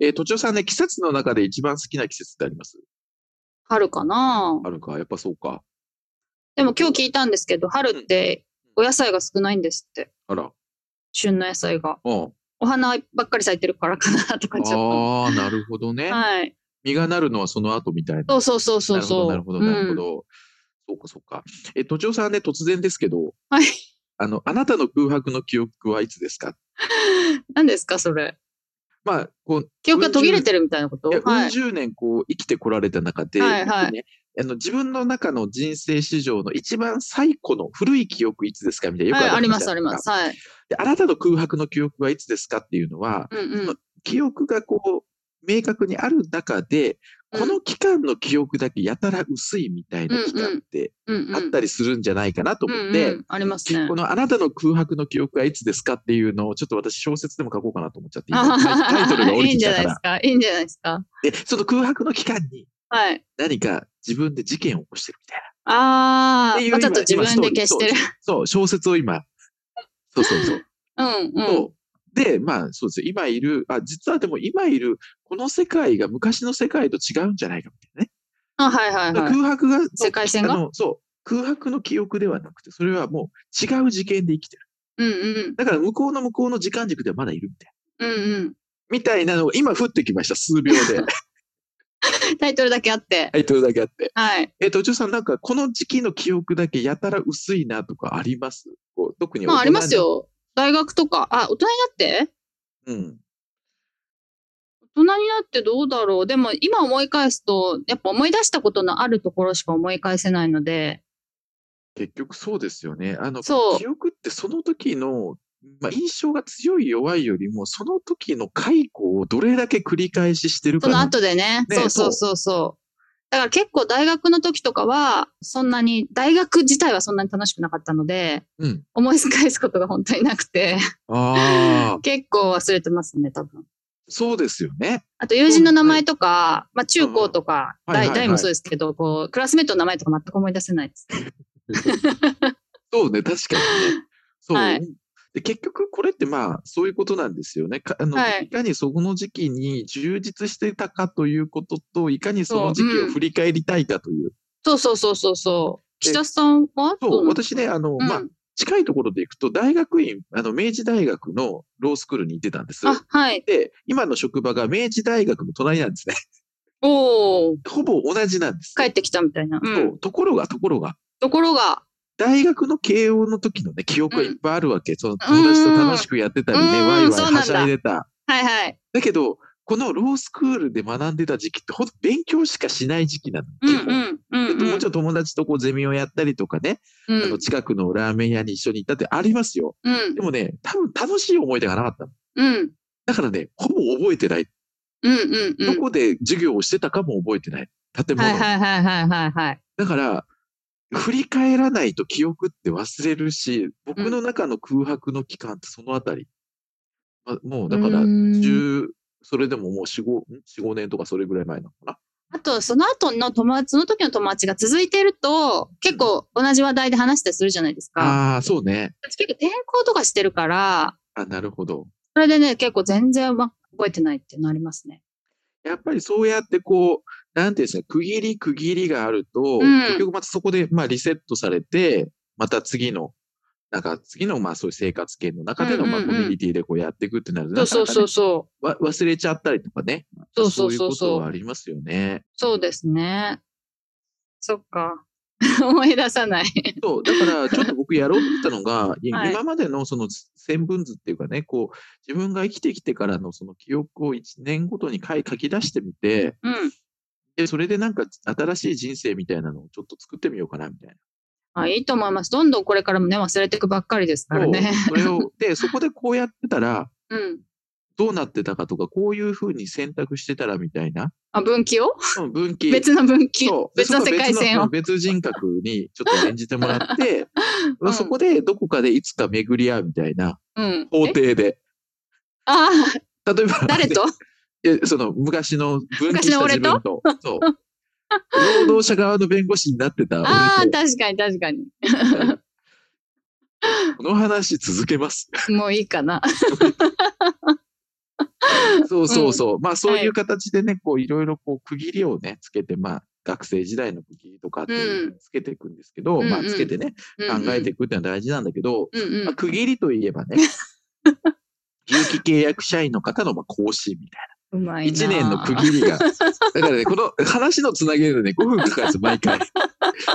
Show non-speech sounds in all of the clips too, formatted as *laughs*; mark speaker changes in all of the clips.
Speaker 1: えー、とちおさんね、季節の中で一番好きな季節ってあります
Speaker 2: 春かな
Speaker 1: あるか、やっぱそうか。
Speaker 2: でも今日聞いたんですけど、春ってお野菜が少ないんですって。
Speaker 1: あら、
Speaker 2: 旬の野菜が。
Speaker 1: うん。
Speaker 2: お花ばっかり咲いてるからかなとかちょっ
Speaker 1: ああ、なるほどね。
Speaker 2: と。はい。
Speaker 1: 実がなるのはその後みたいな。
Speaker 2: そうそうそうそうそう。
Speaker 1: なるほど、なるほど、なるほ
Speaker 2: うん
Speaker 1: ど。そうか、そうか。えー、とちおさんね、突然ですけど、
Speaker 2: はい。
Speaker 1: あの、あなたの空白の記憶はいつですか
Speaker 2: 何ですか、それ。
Speaker 1: まあ、こう、
Speaker 2: 記憶が途切れてるみたいなこ
Speaker 1: い
Speaker 2: と
Speaker 1: や
Speaker 2: は
Speaker 1: うん
Speaker 2: い。
Speaker 1: 十年こう生きてこられた中で、
Speaker 2: はいはい
Speaker 1: やっぱりねあの自分の中の人生史上の一番最古の古い記憶いつですかみたいな。よ
Speaker 2: は
Speaker 1: く
Speaker 2: い、あ
Speaker 1: る
Speaker 2: り
Speaker 1: じゃ
Speaker 2: ま、
Speaker 1: ないですか
Speaker 2: あります。はい。
Speaker 1: で、あなたの空白の記憶はいつですかっていうのは、
Speaker 2: うんうん。
Speaker 1: 記憶がこう、明確にある中で、
Speaker 2: うん
Speaker 1: この期間の記憶だけやたら薄いみたいな期間って
Speaker 2: うんうん。
Speaker 1: あったりするんじゃないかなと思っ
Speaker 2: う
Speaker 1: て
Speaker 2: んうん、ありますね
Speaker 1: こ。のあなたの空白の記憶はいつですかっていうのをちょっと私小説でも書こうかなと思っち
Speaker 2: *laughs*
Speaker 1: ゃって、今タイトルが降り
Speaker 2: い
Speaker 1: て
Speaker 2: いん
Speaker 1: き
Speaker 2: じゃ
Speaker 1: た
Speaker 2: な
Speaker 1: か
Speaker 2: いです
Speaker 1: ら。
Speaker 2: か。いいんじゃないですか。
Speaker 1: で、その空白の期間に
Speaker 2: はい。
Speaker 1: 何か自分で事件を起こしてるみたいな。
Speaker 2: あ
Speaker 1: っていう
Speaker 2: あ、わざと自
Speaker 1: 今今
Speaker 2: 分で消
Speaker 1: スト
Speaker 2: し
Speaker 1: ー
Speaker 2: て
Speaker 1: リー
Speaker 2: る。
Speaker 1: そう、小説を今。そうそうそう。
Speaker 2: うんうん。
Speaker 1: そうで、まあそうですよ。今いる、あ、実はでも今いる、この世界が昔の世界と違うんじゃないかみたいなね。
Speaker 2: あ、はいはいはい。
Speaker 1: 空白が、
Speaker 2: 世界線
Speaker 1: あ
Speaker 2: が
Speaker 1: の、そう、空白の記憶ではなくて、それはもう違う事件で生きてる。
Speaker 2: うんうん。
Speaker 1: だから向こうの向こうの時間軸ではまだいるみたいな。
Speaker 2: うん
Speaker 1: みたいなのを今降ってきました、数秒
Speaker 2: *laughs*
Speaker 1: で。
Speaker 2: うん。タイトルだけあって。
Speaker 1: タイトルだけあって。
Speaker 2: はい。
Speaker 1: えっと、お嬢さん、なんかこの時期の記憶だけやたら薄いなとかありますこう特に大
Speaker 2: まあ、あ
Speaker 1: 人
Speaker 2: り
Speaker 1: に
Speaker 2: ます。よ。大学とか、あ、大人になって
Speaker 1: うん。
Speaker 2: 大人になってどうだろう。でも、今思い返すと、やっぱ思い出したことのあるところしか思い返せないので、
Speaker 1: 結局そうですよね。あの、
Speaker 2: そう
Speaker 1: 記憶ってその時の、まあ、印象が強い弱いよりも、その時の解雇をどれだけ繰り返ししてる
Speaker 2: そ
Speaker 1: か
Speaker 2: の
Speaker 1: な。
Speaker 2: 後でね。
Speaker 1: ね
Speaker 2: そうそうそうそう。だから結構大学の時とかは、そんなに、大学自体はそんなに楽しくなかったので、
Speaker 1: うん。
Speaker 2: 思い返すことが本当になくて、
Speaker 1: ああ、
Speaker 2: *laughs* 結構忘れてますね、多分。
Speaker 1: そうですよね。
Speaker 2: あと友人の名前とか、まあ中高とか、
Speaker 1: うんはいはい
Speaker 2: 大
Speaker 1: はい
Speaker 2: 大もそうですけど、こう、クラスメートの名前とか全く思い出せないです。
Speaker 1: そうね、確かにね。そう。
Speaker 2: *laughs* はい
Speaker 1: で結局、これってまあ、そういうことなんですよね。かあの
Speaker 2: はい
Speaker 1: い、かにそこの時期に充実してたかということと、いかにその時
Speaker 2: そう
Speaker 1: 期を
Speaker 2: うん
Speaker 1: 振り返りたいかという。
Speaker 2: そうそうそうそうそう。
Speaker 1: え
Speaker 2: 岸田さんは
Speaker 1: そう、
Speaker 2: なんです
Speaker 1: 私ね、あの、
Speaker 2: か
Speaker 1: まあ、近いところでいくと、大学院、あの、明治大学のロースクールに行ってたんです
Speaker 2: うん。。あ、はい。
Speaker 1: で、今の職場が明治大学の隣なんですね。 *laughs*
Speaker 2: おお、
Speaker 1: ほぼ同じなんです。
Speaker 2: 帰ってきたみたいな。うん
Speaker 1: そうところが、ところが、
Speaker 2: ところが、
Speaker 1: 大学の慶応の時のね、記憶がいっぱいあるわけ。その
Speaker 2: うん
Speaker 1: 友達と楽しくやってたりね、
Speaker 2: うん
Speaker 1: ワイワイ
Speaker 2: そうなんだ
Speaker 1: はしゃいでた。
Speaker 2: はいはい。
Speaker 1: だけど、このロースクールで学んでた時期って、ほんと勉強しかしない時期なの。
Speaker 2: うん
Speaker 1: 基本
Speaker 2: うんうん、うん。
Speaker 1: もちろん友達とこうゼミをやったりとかね、
Speaker 2: うん
Speaker 1: あの近くのラーメン屋に一緒に行ったってありますよ。
Speaker 2: うん
Speaker 1: でもね、多分楽しい思い出がなかったの。
Speaker 2: うん
Speaker 1: だからね、ほぼ覚えてない。
Speaker 2: うんうんう
Speaker 1: ど
Speaker 2: ん。
Speaker 1: こで授業をしてたかも覚えてない。建物
Speaker 2: は
Speaker 1: の
Speaker 2: いはいはいはいはいはい。
Speaker 1: だから、振り返らないと記憶って忘れるし、僕の中の空白の期間ってそのあたり。まあ、もうだから
Speaker 2: う、ーん
Speaker 1: 十、それでももう4、5、ん4、5年とかそれぐらい前なのか
Speaker 2: あと、その後の友達、その時の友達が続いてると、結構同じ話題で話したりするじゃないです
Speaker 1: な。
Speaker 2: か。
Speaker 1: ああー、そうね。
Speaker 2: 私結構転校とかしてるから、
Speaker 1: あ、なるほど。
Speaker 2: それでね、結構全然わ覚えてないっていうのありますね。
Speaker 1: やっぱりそうやってこう、なんていうんですか、区切り区切りがあると、
Speaker 2: うん
Speaker 1: 結局またそこでまあリセットされて、また次の、なんか次のまあそういう生活圏の中でのまあ
Speaker 2: うんうん
Speaker 1: コ
Speaker 2: うん
Speaker 1: ミュニティでこうやっていくってなると、
Speaker 2: そ
Speaker 1: な
Speaker 2: うそう
Speaker 1: かなか
Speaker 2: そ
Speaker 1: ね
Speaker 2: うそう。
Speaker 1: わ忘れちゃったりとかね。
Speaker 2: そうそう
Speaker 1: そ
Speaker 2: そう
Speaker 1: ういう
Speaker 2: そ
Speaker 1: ことは
Speaker 2: う。
Speaker 1: ありますよね。
Speaker 2: そうですね。そっか。 *laughs* 思い出さない。
Speaker 1: そう、だからちょっと僕やろうと思ったの
Speaker 2: *laughs*
Speaker 1: が、い
Speaker 2: はい
Speaker 1: 今までのその線分図っていうかね、こう、自分が生きてきてからのその記憶を1年ごとに書い書き出してみて、
Speaker 2: うん。
Speaker 1: で、それでなんか新しい人生みたいなのをちょっと作ってみようかな、みたいな。
Speaker 2: あ、いいと思います。どんどんこれからもね、忘れていくばっかりですからね。
Speaker 1: そうそれを、で、そこでこうやってたら、
Speaker 2: うん。
Speaker 1: どうなってたかとか、こういうふうに選択してたらみたいな、
Speaker 2: あ、分岐を
Speaker 1: うん分岐。
Speaker 2: 別の分岐
Speaker 1: そうで
Speaker 2: 別の
Speaker 1: そこ
Speaker 2: 世
Speaker 1: は
Speaker 2: 界線を。
Speaker 1: *laughs* 別の別人格にちょっと演じてもらって、
Speaker 2: *laughs* うん
Speaker 1: そこでどこかでいつか巡り合うみたいな、 *laughs*
Speaker 2: うん。
Speaker 1: 法廷で。
Speaker 2: あ
Speaker 1: *laughs* 例えば、
Speaker 2: あ、誰と
Speaker 1: いやその昔の分岐した自分と、そう。労働者側の弁護士になってた
Speaker 2: *laughs* ああ
Speaker 1: 俺、と
Speaker 2: 確かに確かに。
Speaker 1: *laughs* この話続け
Speaker 2: *laughs*
Speaker 1: ます。
Speaker 2: もういいかな。
Speaker 1: そうそうそう。まあそういう形でね、こういろいろこう区切りをね、つけて、まあ学生時代の区切りとかっていうのをつけていくんですけど、
Speaker 2: うん
Speaker 1: まあ
Speaker 2: うん
Speaker 1: つけてね、考えていくっていうのは大事なんだけど、
Speaker 2: うんう
Speaker 1: まあ、
Speaker 2: ん。
Speaker 1: 区切りといえ
Speaker 2: *laughs*
Speaker 1: ばね、有期契約社員の方のまあ更新みた
Speaker 2: うま
Speaker 1: いな。
Speaker 2: い
Speaker 1: 1
Speaker 2: な。
Speaker 1: 年の区切りが。だからね、この話のつなげるのね、5分かかるんですよ、毎回。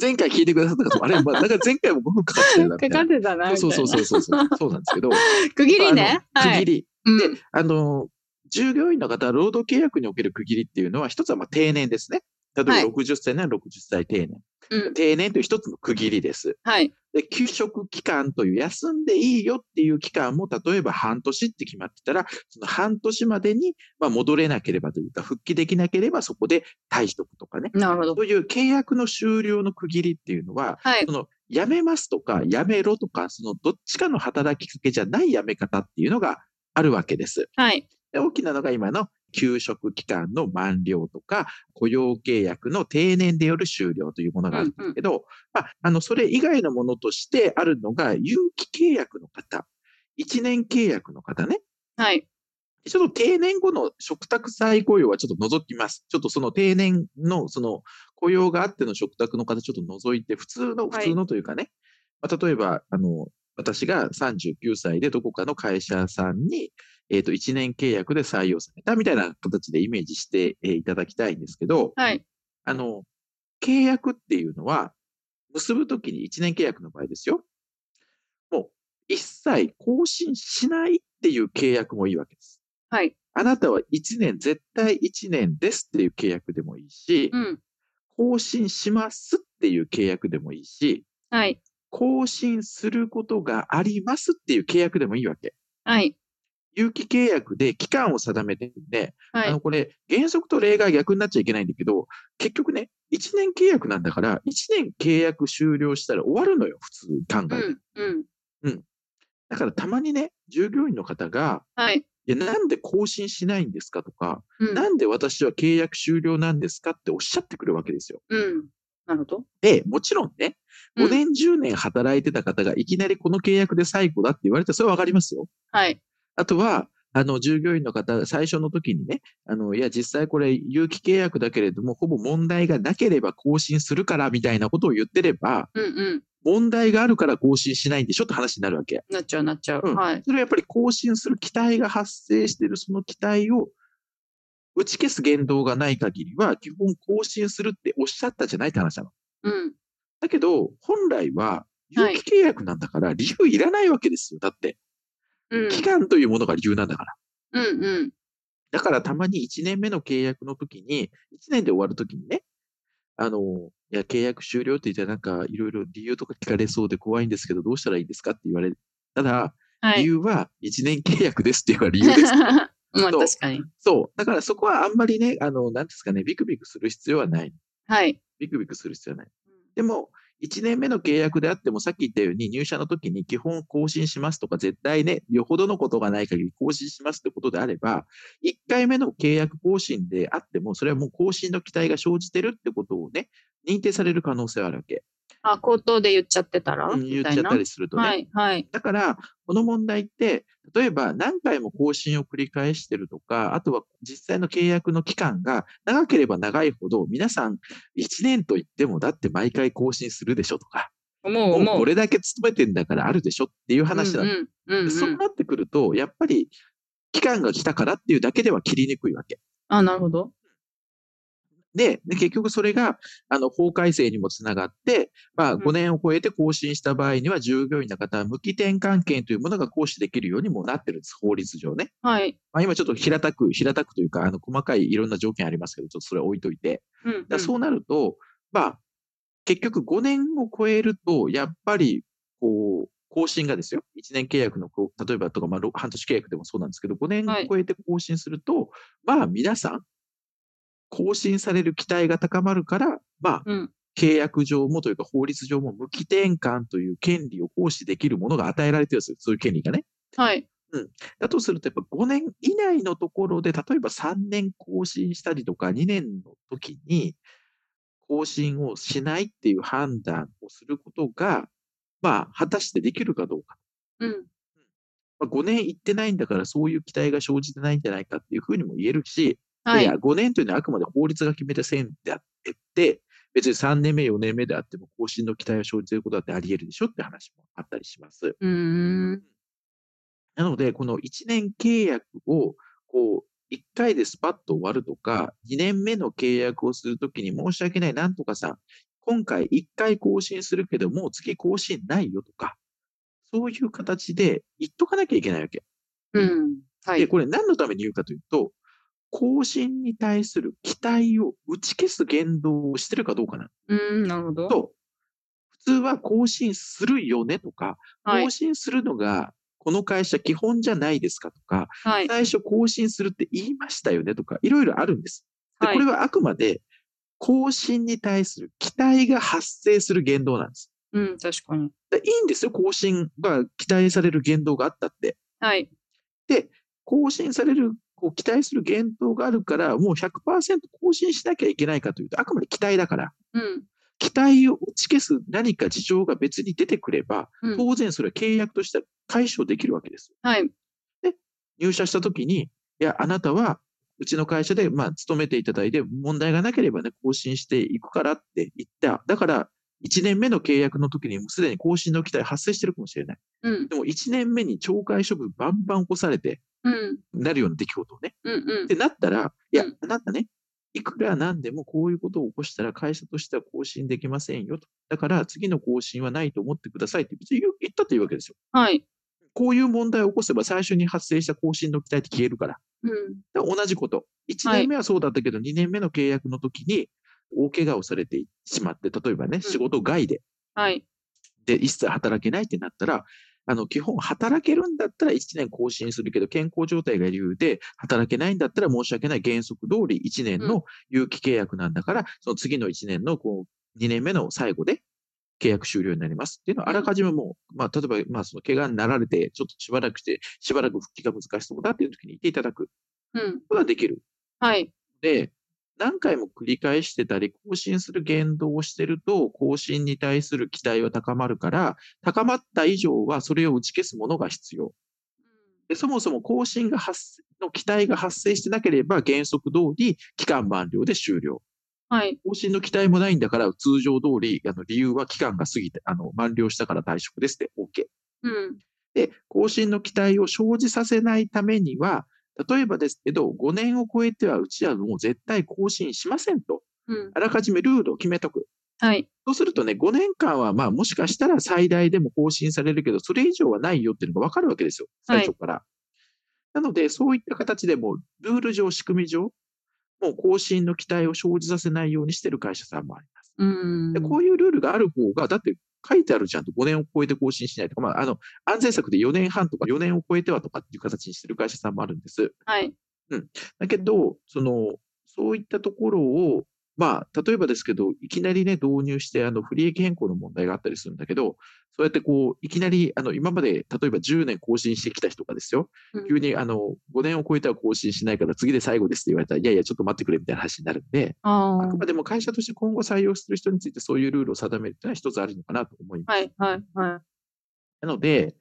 Speaker 1: 前回聞いてくださった方も、あれ、まあ、なんか前回も5分かかってるな、みた
Speaker 2: か
Speaker 1: いな
Speaker 2: かっ。てたな。
Speaker 1: そうそうそうそうそう。そうなんですけど。
Speaker 2: う。区切りね。
Speaker 1: まああの区
Speaker 2: は
Speaker 1: 切
Speaker 2: い。
Speaker 1: り。
Speaker 2: うん
Speaker 1: で、あの、従業員の方、労働契約における区切りっていうのは、一つはまあ定年ですね。例えば
Speaker 2: はい
Speaker 1: 60歳なら60歳定年。
Speaker 2: うん
Speaker 1: 定年という一つの区切りです。
Speaker 2: はい。
Speaker 1: で、休職期間という休んでいいよっていう期間も、例えば半年って決まってたら、その半年までに、まあ、戻れなければというか、復帰できなければそこで退職とかね。
Speaker 2: なるほど。
Speaker 1: そういう契約の終了の区切りっていうのは、
Speaker 2: はい
Speaker 1: そ。の、辞めますとか、辞めろとか、その、どっちかの働きかけじゃない辞め方っていうのがあるわけです。
Speaker 2: はい。
Speaker 1: で大きなのが今の休職期間の満了とか、雇用契約の定年でよる終了というものがあるんですけど、まあ、あの、それ以外のものとしてあるのが、有期契約の方、1年契約の方ね。
Speaker 2: はい。
Speaker 1: ちょっと定年後の嘱託再雇用はちょっと除きます。ちょっとその定年のその雇用があっての嘱託の方ちょっと除いて、普通の、
Speaker 2: は
Speaker 1: 普
Speaker 2: い
Speaker 1: 通のというかね、まあ、例えば、あの、私が39歳でどこかの会社さんに、えっ、と、1年契約で採用されたみたいな形でイメージして、えーいただきたいんですけど、
Speaker 2: はい。
Speaker 1: あの、契約っていうのは、結ぶときに1年契約の場合ですよ。もう、一切更新しないっていう契約もいいわけです。
Speaker 2: はい。
Speaker 1: あなたは1年、絶対1年ですっていう契約でもいいし、
Speaker 2: うん。
Speaker 1: 更新しますっていう契約でもいいし、
Speaker 2: はい。
Speaker 1: 更新することがありますっていう契約でもいいわけ。
Speaker 2: はい。
Speaker 1: 有期契約で期間を定めてるんで、
Speaker 2: は
Speaker 1: あ
Speaker 2: い
Speaker 1: の、。これ、原則と例外逆になっちゃいけないんだけど、結局ね、1年契約なんだから、1年契約終了したら終わるのよ、普通に考え
Speaker 2: う
Speaker 1: て。
Speaker 2: ん。うん。
Speaker 1: だからたまにね、従業員の方が、
Speaker 2: はい。
Speaker 1: いや、なんで更新しないんですかとか、
Speaker 2: うん。
Speaker 1: なんで私は契約終了なんですかっておっしゃってくるわけですよ。
Speaker 2: うん。なるほど。
Speaker 1: で、もちろんね、
Speaker 2: うん
Speaker 1: 5年、10年働いてた方がいきなりこの契約で最後だって言われて、それはわかりますよ。
Speaker 2: はい。
Speaker 1: あとは、あの、従業員の方、最初の時にね、あの、いや、実際これ、有期契約だけれども、ほぼ問題がなければ更新するから、みたいなことを言ってれば、
Speaker 2: うんうん。
Speaker 1: 問題があるから更新しないんでしょって話になるわけ。
Speaker 2: なっちゃうなっちゃう。
Speaker 1: うん
Speaker 2: はい。
Speaker 1: それはやっぱり更新する期待が発生している、その期待を打ち消す言動がない限りは、基本更新するっておっしゃったじゃないって話なの。
Speaker 2: うん。
Speaker 1: だけど、本来は、
Speaker 2: は
Speaker 1: 有
Speaker 2: い
Speaker 1: 期契約なんだから、理由いらないわけですよ。だって、
Speaker 2: うん。
Speaker 1: 期間というものが理由なんだから。
Speaker 2: うんうん。
Speaker 1: だからたまに1年目の契約の時に、1年で終わる時にね、あの、いや、契約終了って言ったらなんかいろいろ理由とか聞かれそうで怖いんですけど、どうしたらいいんですかって言われたら、
Speaker 2: は
Speaker 1: 理
Speaker 2: い。
Speaker 1: 由は1年契約ですっていうのが理由です。
Speaker 2: *laughs* まあ
Speaker 1: そう
Speaker 2: 確かに。
Speaker 1: そう。だからそこはあんまりね、あの、なんですかね、ビクビクする必要はない。
Speaker 2: はい。
Speaker 1: ビクビクする必要はない。でも、1年目の契約であっても、さっき言ったように入社の時に基本更新しますとか、絶対ね、よほどのことがない限り更新しますってことであれば、1回目の契約更新であっても、それはもう更新の期待が生じてるってことをね、認定される可能性はあるわけ。
Speaker 2: あ、口頭で言っちゃってたら
Speaker 1: うん言
Speaker 2: み
Speaker 1: ったちゃ
Speaker 2: い
Speaker 1: っ
Speaker 2: な
Speaker 1: た。りするとね。
Speaker 2: はい。はい。
Speaker 1: だから、この問題って、例えば何回も更新を繰り返してるとか、あとは実際の契約の期間が長ければ長いほど、皆さん1年と言ってもだって毎回更新するでしょとか、
Speaker 2: 思う
Speaker 1: もう
Speaker 2: 思う
Speaker 1: こ。れだけ勤めてんだからあるでしょっていう話な
Speaker 2: うんん
Speaker 1: で
Speaker 2: うん。うん
Speaker 1: す。そう
Speaker 2: うん。
Speaker 1: なってくると、やっぱり期間が来たからっていうだけでは切りにくいわけ。
Speaker 2: あ、なるほど。
Speaker 1: で、で結局それが、あの、法改正にもつながって、まあ、
Speaker 2: ん
Speaker 1: 5年を超えて更新した場合には、従業員の方は無期転換権というものが行使できるようにもなってるんです、法律上ね。
Speaker 2: はい。
Speaker 1: まあ、今ちょっと平たく、平たくというか、あの、細かいいろんな条件ありますけど、ちょっとそれ置いといて。
Speaker 2: うんう
Speaker 1: だ
Speaker 2: ん
Speaker 1: からそうなると、まあ、結局5年を超えると、やっぱり、こう、更新がですよ、1年契約のこう、例えばとか、まあ、ろ半年契約でもそうなんですけど、5年
Speaker 2: はい
Speaker 1: 超えて更新すると、まあ、皆さん、更新される期待が高まるから、まあ、
Speaker 2: うん。
Speaker 1: 契約上もというか法律上も無期転換という権利を行使できるものが与えられてるんですよ。そういう権利がね。
Speaker 2: はい。
Speaker 1: だとすると、やっぱ5年以内のところで、例えば3年更新したりとか、2年の時に更新をしないっていう判断をすることが、まあ、果たしてできるかどうか。
Speaker 2: うん。
Speaker 1: まあ5年行ってないんだから、そういう期待が生じてないんじゃないかっていうふうにも言えるし、、
Speaker 2: はいい
Speaker 1: や、。5年というのはあくまで法律が決めた線であって、別に3年目、4年目であっても、更新の期待が生じていることだってあり得るでしょって話もあったりします。
Speaker 2: うーん。
Speaker 1: なので、この1年契約を、こう、1回でスパッと終わるとか、2年目の契約をするときに申し訳ない、なんとかさん、今回1回更新するけど、もう次更新ないよとか、そういう形で言っとかなきゃいけないわけ。
Speaker 2: うん。は
Speaker 1: で、
Speaker 2: い。
Speaker 1: これ何のために言うかというと、更新に対する期待を打ち消す言動をしてるかどうかな
Speaker 2: うーん。なるほど。
Speaker 1: と、普通は更新するよねとか、
Speaker 2: はい
Speaker 1: 更。新するのがこの会社基本じゃないですかとか、
Speaker 2: はい。
Speaker 1: 最初更新するって言いましたよねとか、いろいろあるんです。で
Speaker 2: はい
Speaker 1: これはあくまで更新に対する期待が発生する言動なんです。
Speaker 2: うん。確かに。
Speaker 1: でいいんですよ、更新が期待される言動があったって。
Speaker 2: はい。
Speaker 1: 更新される、こう期待する言動があるから、もう100%更新しなきゃいけないかというと、あくまで期待だから、
Speaker 2: うん。
Speaker 1: 期待を打ち消す何か事情が別に出てくれば、
Speaker 2: うん。
Speaker 1: 当然それは契約としては解消できるわけです。
Speaker 2: はい。
Speaker 1: 入社した時に、いや、あなたは、うちの会社で、まあ、勤めていただいて、問題がなければね、更新していくからって言った。だから、1年目の契約の時に、もうすでに更新の期待発生してるかもしれない。
Speaker 2: うん。
Speaker 1: でも、1年目に懲戒処分バンバン起こされて、
Speaker 2: うん。
Speaker 1: なるような出来事をね。
Speaker 2: うん。うん
Speaker 1: ってなったら、いや
Speaker 2: うん、
Speaker 1: あなたね、いくらなんでもこういうことを起こしたら会社としては更新できませんよと。だから、次の更新はないと思ってくださいって別に言う言ったっていいわけですよ。
Speaker 2: はい。
Speaker 1: こういう問題を起こせば最初に発生した更新の期待って消えるから。
Speaker 2: うん。
Speaker 1: で同じこと。1
Speaker 2: はい
Speaker 1: 年目はそうだったけど、2年目の契約の時に、大怪我をされてしまって、例えばね、仕事外で、
Speaker 2: はい。
Speaker 1: で、一切働けないってなったら、あの、基本働けるんだったら1年更新するけど、健康状態が理由で、働けないんだったら申し訳ない原則通り1年
Speaker 2: う
Speaker 1: の有期契約なんだから、その次の1年の、こう、2年目の最後で、契約終了になりますっていうのは、あらかじめもう、まあ、例えば、まあ、その、怪我になられて、ちょっとしばらくして、しばらく復帰が難しそうだっていう時に言っていただく
Speaker 2: うん。
Speaker 1: ことができる。
Speaker 2: はい。
Speaker 1: で、何回も繰り返してたり、更新する言動をしてると、更新に対する期待は高まるから、高まった以上はそれを打ち消すものが必要。でそもそも更新が発生の期待が発生してなければ、原則通り期間満了で終了。
Speaker 2: はい。
Speaker 1: 更新の期待もないんだから、通常通り、あの理由は期間が過ぎて、あの満了したから退職ですって、OK。
Speaker 2: うん。
Speaker 1: で、更新の期待を生じさせないためには、例えばですけど、5年を超えてはうちはもう絶対更新しませんと、
Speaker 2: うん。
Speaker 1: あらかじめルールを決めとく。
Speaker 2: はい。
Speaker 1: そうするとね、5年間はまあもしかしたら最大でも更新されるけど、それ以上はないよっていうのがわかるわけですよ、
Speaker 2: はい
Speaker 1: 最初から。なので、そういった形でもうルール上、仕組み上、もう更新の期待を生じさせないようにしてる会社さんもあります。
Speaker 2: うん
Speaker 1: で、。こういうルールがある方が、だって書いてあるじゃんと5年を超えて更新しないとか、まあ、あの、安全策で4年半とか4年を超えてはとかっていう形にしてる会社さんもあるんです。
Speaker 2: はい。
Speaker 1: だけど、その、そういったところを、まあ、例えばですけど、いきなりね、導入して、あの、不利益変更の問題があったりするんだけど、そうやってこう、いきなり、あの、今まで、例えば10年更新してきた人がですよ、
Speaker 2: うん
Speaker 1: 急に、あの、5年を超えては更新しないから、次で最後ですって言われたら、いやいや、ちょっと待ってくれ、みたいな話になるんで、
Speaker 2: あ
Speaker 1: あく
Speaker 2: あ。
Speaker 1: までも会社として今後採用する人についてそういうルールを定めるというのは一つあるのかなと思います。
Speaker 2: はい。はい。は
Speaker 1: なので、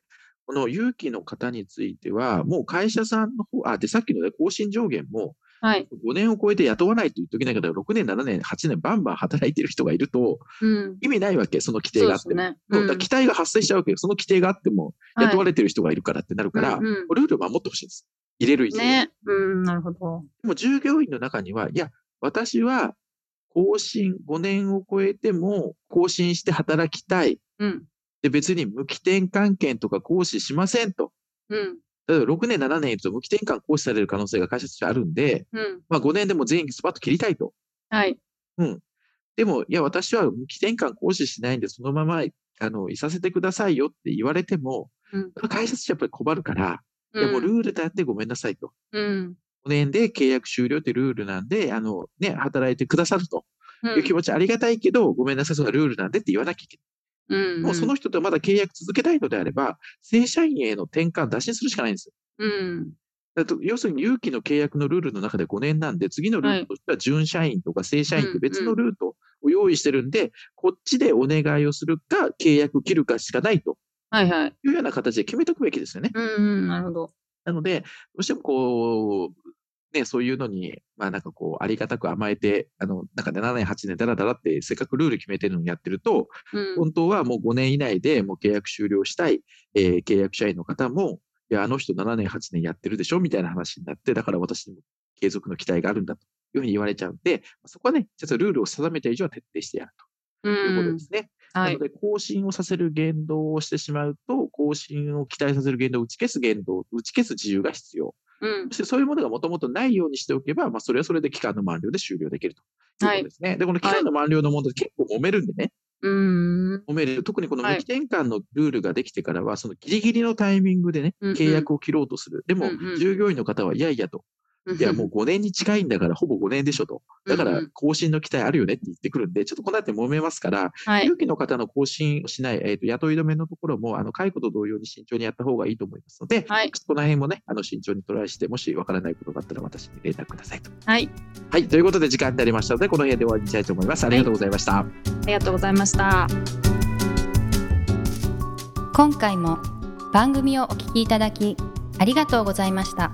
Speaker 1: この有期の方については、もう会社さんの方、あ、で、さっきのね更新上限も、
Speaker 2: い。はい。
Speaker 1: 5年を超えて雇わないと言っときながら、6年、7年、8年、バンバン働いてる人がいると、
Speaker 2: うん。
Speaker 1: 意味ないわけ、その規定
Speaker 2: そう
Speaker 1: があ
Speaker 2: で
Speaker 1: っ
Speaker 2: す
Speaker 1: ても。
Speaker 2: ね。
Speaker 1: そうだ
Speaker 2: うん
Speaker 1: から期待が発生しちゃうわけよ。その規定があっても、
Speaker 2: はい
Speaker 1: 雇われてる人がいるからってなるから、
Speaker 2: うんうん
Speaker 1: ルールを守ってほしいんです。入れる以上。
Speaker 2: ね。うん。なるほど。
Speaker 1: でも従業員の中には、いや、私は更新、5年を超えても更新して働きたい。
Speaker 2: うん。
Speaker 1: で、別に無期転換権とか行使しませんと。
Speaker 2: うん。
Speaker 1: 例えば6年、7年いると無期転換行使される可能性が会社としてあるんで、
Speaker 2: うん。
Speaker 1: まあ5年でも全員スパッと切りたいと。
Speaker 2: はい。
Speaker 1: でも、いや、私は無期転換行使しないんで、そのままあの、いさせてくださいよって言われても、
Speaker 2: うん
Speaker 1: 解説者やっぱり困るから、
Speaker 2: う
Speaker 1: いやもうんルールだってごめんなさいと。
Speaker 2: うん
Speaker 1: 5年で契約終了ってルールなんで、あの、ね、働いてくださると
Speaker 2: うん
Speaker 1: いう気持ちありがたいけど、ごめんなさい、それはルールなんでって言わなきゃいけ
Speaker 2: うん
Speaker 1: ない。もうその人とまだ契約続けたいのであれば、正社員への転換、打診するしかないんですよ。
Speaker 2: うん
Speaker 1: だと要するに、有期の契約のルールの中で5年なんで、次のルートとしては、準社員とか正社員って別のルートを用意してるんで、こっちでお願いをするか、契約切るかしかないと
Speaker 2: はいはい。
Speaker 1: いうような形で決めとくべきですよね。
Speaker 2: うんうん、なるほど。
Speaker 1: なので、どうしてもこう、ね、そういうのに、まあなんかこう、ありがたく甘えて、あの、なんか7年、8年、だらだらって、せっかくルール決めてるのにやってると、
Speaker 2: うん
Speaker 1: 本当はもう5年以内でもう契約終了したい、えー契約社員の方も、いや、あの人7年、8年やってるでしょみたいな話になって、だから私にも継続の期待があるんだというふうに言われちゃうんで、そこはね、ちょっとルールを定めた以上は徹底してやる
Speaker 2: う
Speaker 1: ということで
Speaker 2: ん。
Speaker 1: すね。
Speaker 2: は
Speaker 1: ないの。で、更新をさせる言動をしてしまうと、更新を期待させる言動を打ち消す言動、打ち消す自由が必要。
Speaker 2: うん
Speaker 1: そしてそういうものがもともとないようにしておけば、まあ、それはそれで期間の満了で終了できるという
Speaker 2: は
Speaker 1: こ
Speaker 2: い
Speaker 1: とですね。で、この期間の満了の問題、結構揉めるんでね、
Speaker 2: うん。
Speaker 1: 揉める。特にこの
Speaker 2: はい
Speaker 1: 無期転換のルールができてからは、そのギリギリのタイミングでね、
Speaker 2: うんうん
Speaker 1: 契約を切ろうとする。でも
Speaker 2: うんうん、
Speaker 1: 従業員の方は、いやいや
Speaker 2: *laughs*
Speaker 1: と、いや、もう5年に近いんだから、ほぼ5年でしょと。だか
Speaker 2: うんう
Speaker 1: ら
Speaker 2: ん、
Speaker 1: 更新の期待あるよねって言ってくるんで、ちょっとこの後揉めますから、
Speaker 2: はい。
Speaker 1: 有期の方の更新をしない、えーと雇い止めのところも、あの解雇と同様に慎重にやった方がいいと思いますので、
Speaker 2: はい。
Speaker 1: この辺もね、あの慎重にトライして、もしわからないことがあったら私に連絡くださいと。
Speaker 2: はい。
Speaker 1: はい、ということで時間になりましたので、この辺で終わりにしたいと思います。ありがとうございました。
Speaker 2: ありがとうございました。
Speaker 3: 今回も番組をお聞きいただきありがとうございました